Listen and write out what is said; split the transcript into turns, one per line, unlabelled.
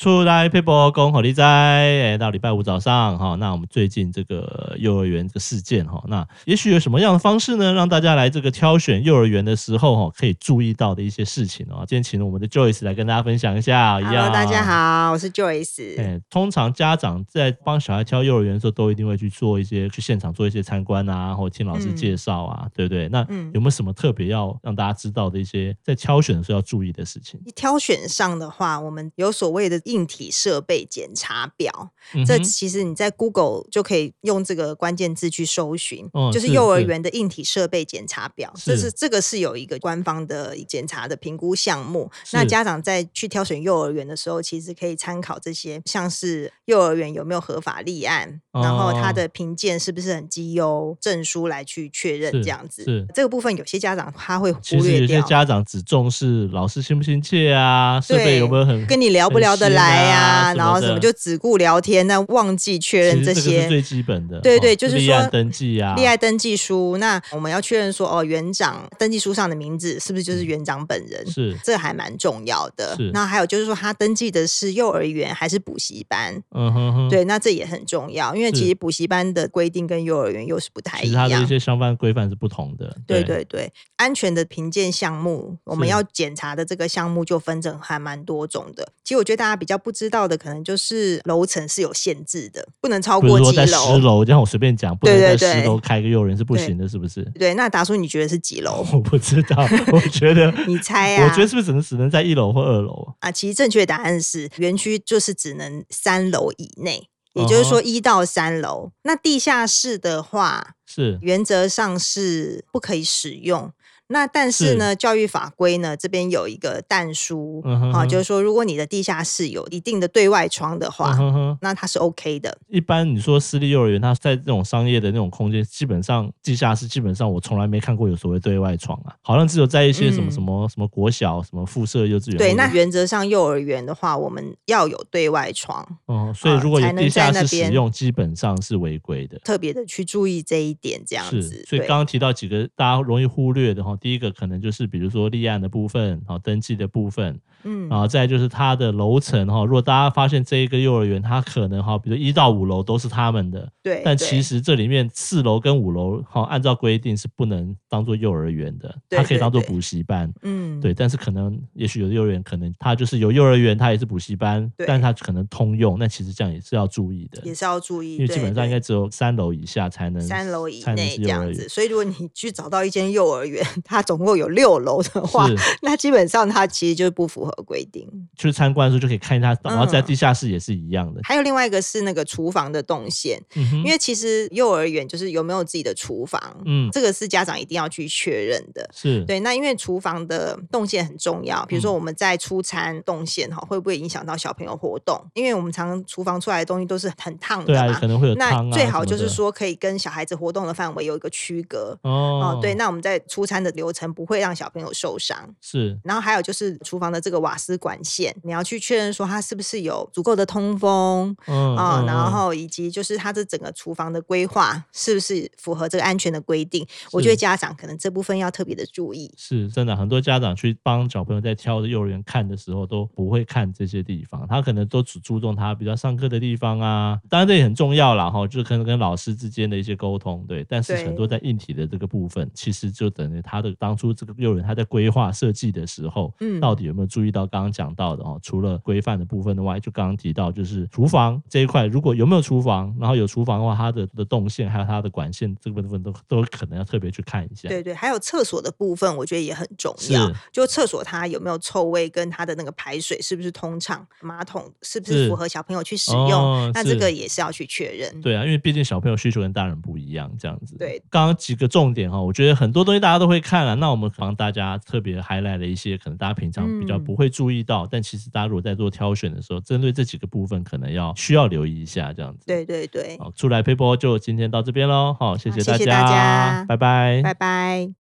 出来 people 恭候你在，哎，到礼拜五早上哈、那我们最近这个幼儿园这个事件哈、那也许有什么样的方式呢，让大家来这个挑选幼儿园的时候哈、可以注意到的一些事情哦。今天请我们的 Joyce 来跟大家分享一下，一样
Hello，大家。好，我是 Joyce。
哎，通常家长在帮小孩挑幼儿园的时候，都一定会去做一些去现场做一些参观啊，或者听老师
嗯
介绍啊，对不对？那
嗯
有没有什么特别要让大家知道的一些在挑选的时候要注意的事情？
挑选上的话，我们有所谓的硬体设备检查表，
嗯
这
哼
其实你在 Google 就可以用这个关键字去搜寻，
哦
就是
是
幼儿
是
园的硬体设备检查表，这
是
是这个是有一个官方的检查的评估项目。那
是
家长在去挑选幼儿园的时候，其实可以参考这些，像是幼儿园有没有合法立案，然后
哦
它的评鉴是不是很绩优证书来去确认
是
这样子。
是
这个部分有些家长他会忽
其实
略
有些
掉。
家长只重视老师亲不亲切啊，设备有没有很
跟你聊不聊得
很新
来呀、
啊
然后
什
什
么的
么就只顾聊天，那忘记确
其
认
实这
这
个
些。
是最基本的。
对对
哦
就是
立案
说
登记啊，
立案登记书，那我们要确认说，哦，园长登记书上的名字是不是就是园长本人？
嗯是
这还蛮重要的
是。
那还有就是说，他登记的是幼儿园还是补习班？
嗯哼哼，，
对，那这也很重要，因为
是
其实补习班的规定跟幼儿园又是不太
其
一
实它的一
样。
些相关规范是不同的。
哎对对对，安全的评鉴项目，我们
是
要检查的这个项目就分成还蛮多种的。其实我觉得大家比较不知道的，可能就是楼层是有限制的，不能超
不
过
是说
几
在十楼，这样我随便讲，不能
对
在
对
十
对
楼开个幼儿园是不
对
行的，是不是？
对，那达叔你觉得是几楼？
我不知道，我觉 得，
你猜啊？
我觉得是不是只能只能在一楼或二楼？
啊，其实正确答案是园区就是只能三楼以内，也就是
嗯
说一到三楼。那地下室的话，
是
原则上是不可以使用。那但
是
是呢，教育法规呢这边有一个但书
嗯哼
啊，
哼
就是说如果你的地下室有一定的对外窗的话，
嗯哼哼
那它是 OK 的。
一般你说私立幼儿园，它在这种商业的那种空间，基本上地下室基本上我从来没看过有所谓对外窗啊，好像只有在一些什么
嗯
什么、什么国小、什么附设幼稚园。
对，
或者
那原则上幼儿园的话，我们要有对外窗，
哦，所以
呃
如果有
才能
地下室
在那
使
边
用，基本上是违规的。
特别的去注意这一点，这样
是
子，。
所以
对
刚刚提到几个大家容易忽略的哈，第一个可能就是比如说立案的部分，然后登记的部分，
嗯
然后再就是它的楼层哈。如果大家发现这一个幼儿园，它可能哈，比如一到五楼都是他们的，
对，
但
对
其实这里面四楼跟五楼，哈、按照规定是不能当做幼儿园的，
对
它可以
对
当做
对
补习班。
嗯
对，但是可能也许有的幼儿园可能它就是有幼儿园，它也是补习班，
对
但它可能通用，那其实这样也是要注意的，
也是要注意，
因为基
对
本上
对
应该只有三楼以下才能
三楼以
才能
内
是
这
幼儿
样
园
子。。所以如果你去找到一间幼儿园，它总共有六楼的话，
是，
那基本上它其实就不符合规定。
去参观的时候就可以看一下，然后在
嗯
地下室也是一样的。
还有另外一个是那个厨房的动线，
嗯哼
因为其实幼儿园就是有没有自己的厨房，
嗯
这个是家长一定要去确认的。
是，
对，那因为厨房的动线很重要，比如
嗯
说我们在出餐动线哈，会不会影响到小朋友活动？因为我们常厨房出来的东西都是很烫
对
的
啊，
嘛，
可能会有汤啊，
那最好就是。说可以跟小孩子活动的范围有一个区隔，
哦
哦，对，，那我们在出餐的流程不会让小朋友受伤。
是
然后还有就是厨房的这个瓦斯管线，你要去确认说它是不是有足够的通风
嗯
啊、
嗯
然
嗯
后以及就是它这整个厨房的规划是不是符合这个安全的规定。我觉
是
得家长可能这部分要特别的注意。
是真的，很多家长去帮小朋友在挑幼儿园看的时候，都不会看这些地方，他可能都只注重他比较上课的地方啊。当然这也很重要啦，哈，就是可能跟老师之间的一些沟通，对。但是
对
很多在硬体的这个部分，其实就等于他的当初这个幼儿园他在规划设计的时候，
嗯
到底有没有注意到刚刚讲到的哦？除了规范的部分的外，就刚刚提到就是厨房这一块，如果有没有厨房，然后有厨房的话，它的的动线还有它的管线这个部分都都可能要特别去看一下。
对对，还有厕所的部分，我觉得也很重
是
要。就厕所它有没有臭味，跟它的那个排水是不是通畅，马桶是不
是
是符合小朋友去使用，
哦
那这
是
个也是要去确认。
对啊，因为毕竟小朋友需求跟大人不一样，这样子。
对，
刚刚几个重点哈，我觉得很多东西大家都会看了、啊那我们帮大家特别 highlight 了一些，可能大家平常比较
嗯
不会注意到，但其实大家如果在做挑选的时候，针对这几个部分，可能要需要留意一下，这样子。，
对对对，
好，出来 paper 就今天到这边喽，好，谢
好
谢
谢
大家，
谢大家
拜拜
拜拜。